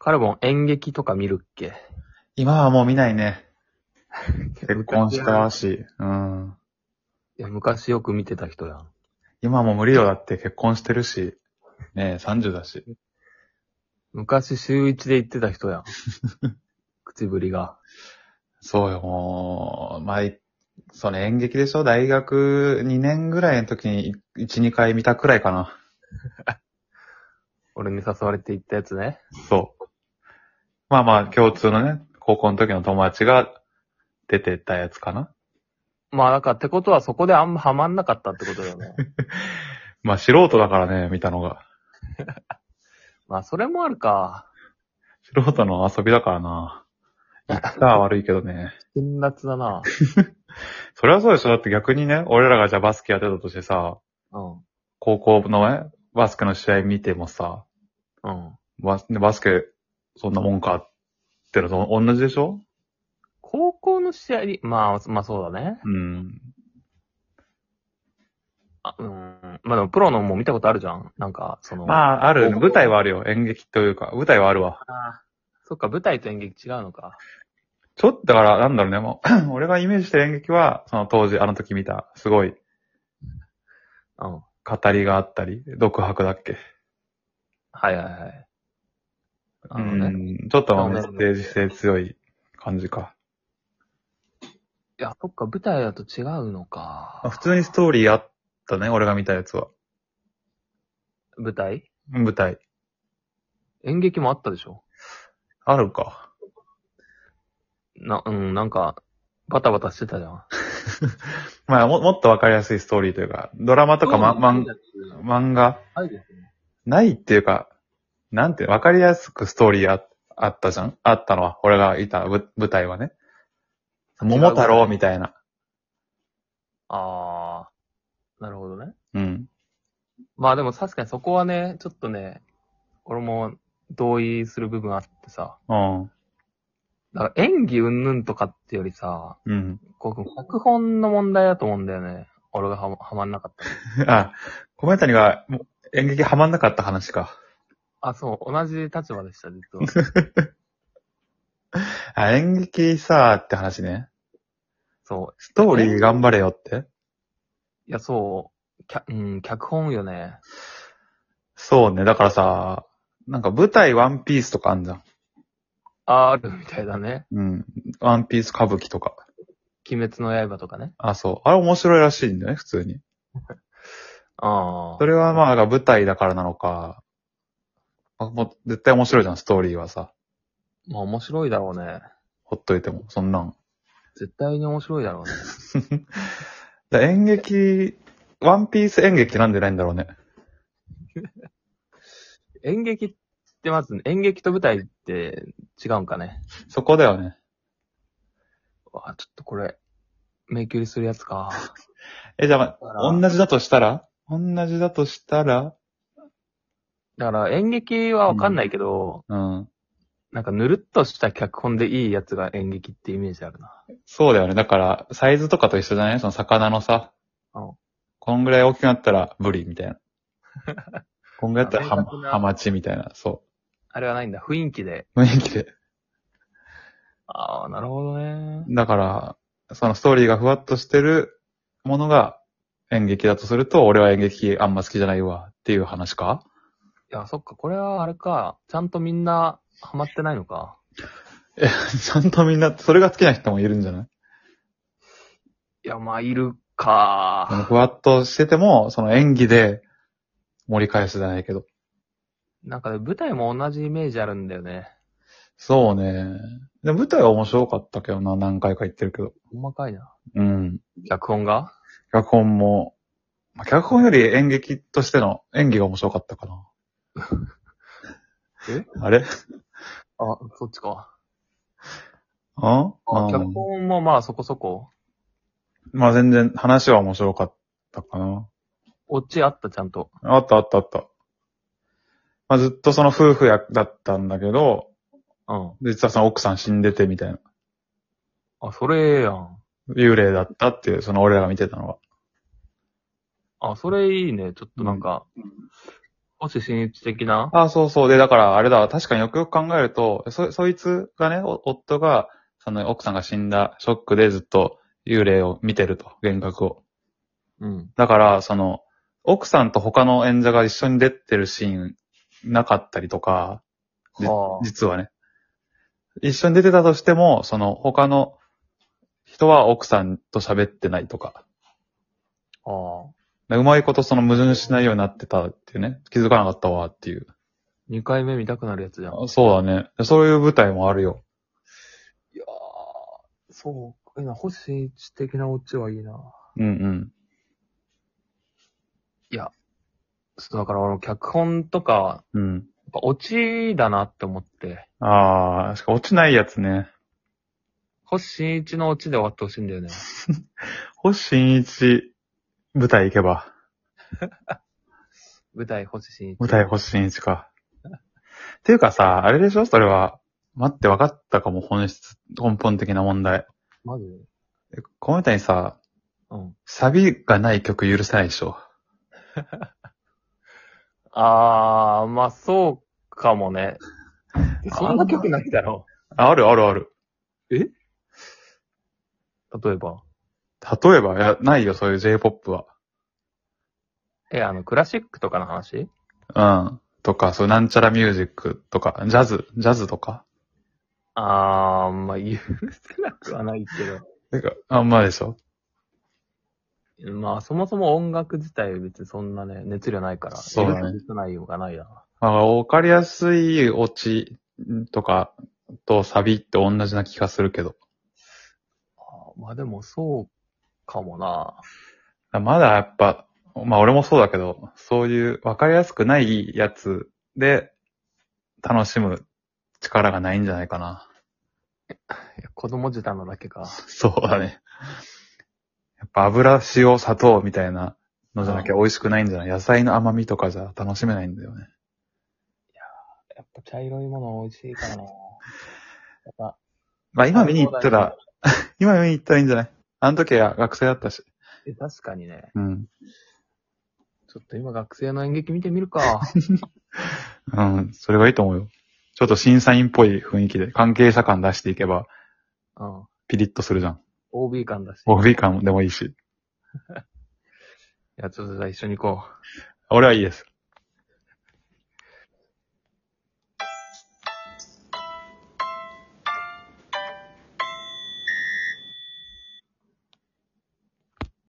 カルボン演劇とか見るっけ今はもう見ないね。 結婚したし、うん。いや、昔よく見てた人やん。今はもう無理よ。だって結婚してるし、ねえ、30だし。昔週一で行ってた人 やん。口ぶりが。そうよ、もう、まあ、いその演劇でしょ大学2年ぐらいの時に1、2回見たくらいかな。俺に誘われて行ったやつね。そう。まあまあ、共通のね、高校の時の友達が出てたやつかな。まあ、なんかってことはそこであんまハマんなかったってことだよ ね。まあ素人だからね、見たのが。まあ、それもあるか。素人の遊びだからな。言ったら悪いけどね。辛辣だな。それはそうでしょだって逆にね、俺らがじゃあバスケやってたとしてさ、うん。高校のね、バスケの試合見てもさ、うん。バスバスケ、そんなもんかってのと同じでしょ高校の試合に、まあ、まあそうだね。うん。あうん。まあでもプロのも見たことあるじゃん。なんか、その。まあ。あ、ある。舞台はあるよ。演劇というか、舞台はあるわ。そっか、舞台と演劇違うのか。ちょっと、だから、なんだろうね、もう、 俺がイメージした演劇は、その当時、あの時見た、すごい、うん。語りがあったり、独白だっけ。はいはいはい。あうのね。ん。ちょっとまああのねメッセージ性強い感じか。いや、そっか、舞台だと違うのか。普通にストーリーあったね、俺が見たやつは。舞台舞台。演劇もあったでしょあるか。な、うん、なんか、バタバタしてたじゃん。まあ、も、もっとわかりやすいストーリーというか、ドラマとか、ま、漫画、漫画、はいですね。ないっていうか、なんて、わかりやすくストーリーああったじゃんあったのは、俺がいたぶ舞台はね。桃太郎みたいな。あー、なるほどね。うん。まあでも確かにそこはね、ちょっとね、俺も同意する部分あってさ。うん。だから演技云々とかってよりさ、うん。こう、脚本の問題だと思うんだよね。俺がはまはまんなかった。あ、小谷がもう演劇ハマんなかった話か。あ、そう、同じ立場でした、 実は。あ、演劇さーって話ね。そう。ストーリー頑張れよって。いや、そう、きゃうん、脚本よね。そうね。だからさ、なんか舞台ワンピースとかあんじゃん。あるみたいだね。うん。ワンピース歌舞伎とか。鬼滅の刃とかね。あ、そう。あれ面白いらしいんだよね、普通に。ああ。それはまあ、なんか舞台だからなのか。あもう絶対面白いじゃん、ストーリーはさ。まあ面白いだろうね。ほっといても、そんなん。絶対に面白いだろうね。だ演劇、ワンピース演劇ってなんでないんだろうね。演劇ってまず、演劇と舞台って違うんかね。そこだよね。わあ、ちょっとこれ、迷宮入りするやつか。え、じゃあ、だから同じだとしたら同じだとしたらだから演劇はわかんないけど、うん。なんかぬるっとした脚本でいいやつが演劇ってイメージあるな。そうだよね。だから、サイズとかと一緒じゃないその魚のさ。うんこんぐらい大きくなったらブリ みたいな。こんぐらいだったらハ明確マなハマチみたいな。そあれはないんだ。雰囲気で。う。雰囲気で。ああ、なるほどね。だから、そのストーリーがふわっとしてるものが演劇だとすると、俺は演劇あんま好きじゃないわっていう話かいや、そっか、これはあれか。ちゃんとみんなハマってないのか。え、ちゃんとみんな、それが好きな人もいるんじゃないいや、まあ、いるかあのふわっとしてても、その演技で盛り返すじゃないけど。なんかね、舞台も同じイメージあるんだよね。そうね。で舞台は面白かったけどな、何回か言ってるけど。細かいな。うん。脚本が脚本も、まあ、脚本より演劇としての演技が面白かったか な。えあれんあ、そっちか。あああ脚本もまあそこそこ。まあ全然話は面白かったかな。オチあった、ちゃんと。あったあったあった。まあずっとその夫婦やだったんだけど、うん。実はその奥さん死んでてみたいな。あ、それええやん。幽霊だったっていう、その俺らが見てたのは。あ、それいいね。ちょっとなんか、星新一的なあ、そうそう。で、だから、あれだわ、確かによくよく考えると、そ、そいつがね、お夫が、その奥さんが死んだショックでずっと幽霊を見てると、幻覚を。うん。だから、その、奥さんと他の演者が一緒に出てるシーンなかったりとか、じは実はね。一緒に出てたとしても、その他の人は奥さんと喋ってないとか。あ。ああ。でうまいことその矛盾しないようになってたっていうね。気づかなかったわっていう。二回目見たくなるやつじゃん。いあそうだね。そういう舞台もあるよ。やー、そう。えな、星新一的なオチはいいな。うんうん。ちょっとだから俺も脚本とか、うん。やっぱオチだなって思って。ああ、しか落ちないやつね。星新一のオチで終わってほしいんだよね。星新一、舞台行けば。舞台星新一。舞台星新一か。 っていうかさ、あれでしょそれは。待って分かったかも、本質、根本的な問題。まずえこのみたいにさ、うん。サビがない曲許せないでしょ。あー、まあそうかもね。 そんな曲ないだろああるあるある。う。例えば。例えば、いや、ないよ、そういう J-POP は。え、あの、クラシックとかの話うん。とか、そう、なんちゃらミュージックとか、ジャズ、ジャズとか。あー、まあ許せなくはないけてか、あんまでしょ。ど。まあそもそも音楽自体別にそんなね、熱量ないから。そうだね許せないようがないな。あわかりやすいオチとかとサビって同じな気がするけど。あーまあでもそうかもな。まだやっぱ、まあ俺もそうだけど、そういうわかりやすくないやつで楽しむ力がないんじゃないかな。いや子供時代のだけか。そうだね。やっぱ油、塩、砂糖みたいなのじゃなきゃ美味しくないんじゃない野菜の甘みとかじゃ楽しめないんだよね。やっぱ茶色いもの美味しいからな。やっぱまあ今見に行ったら、 今見に行ったらいいんじゃないあの時は学生だったし。 え確かにね。うん。ちょっと今学生の演劇見てみる か。うん、それがいいと思うよ。ちょっと審査員っぽい雰囲気で関係者感出していけばうん。ピリッとするじゃん。 OB 感だし。い OB 感でもいいし。や、ちょっとじゃあ一緒に行こう。俺はいいです。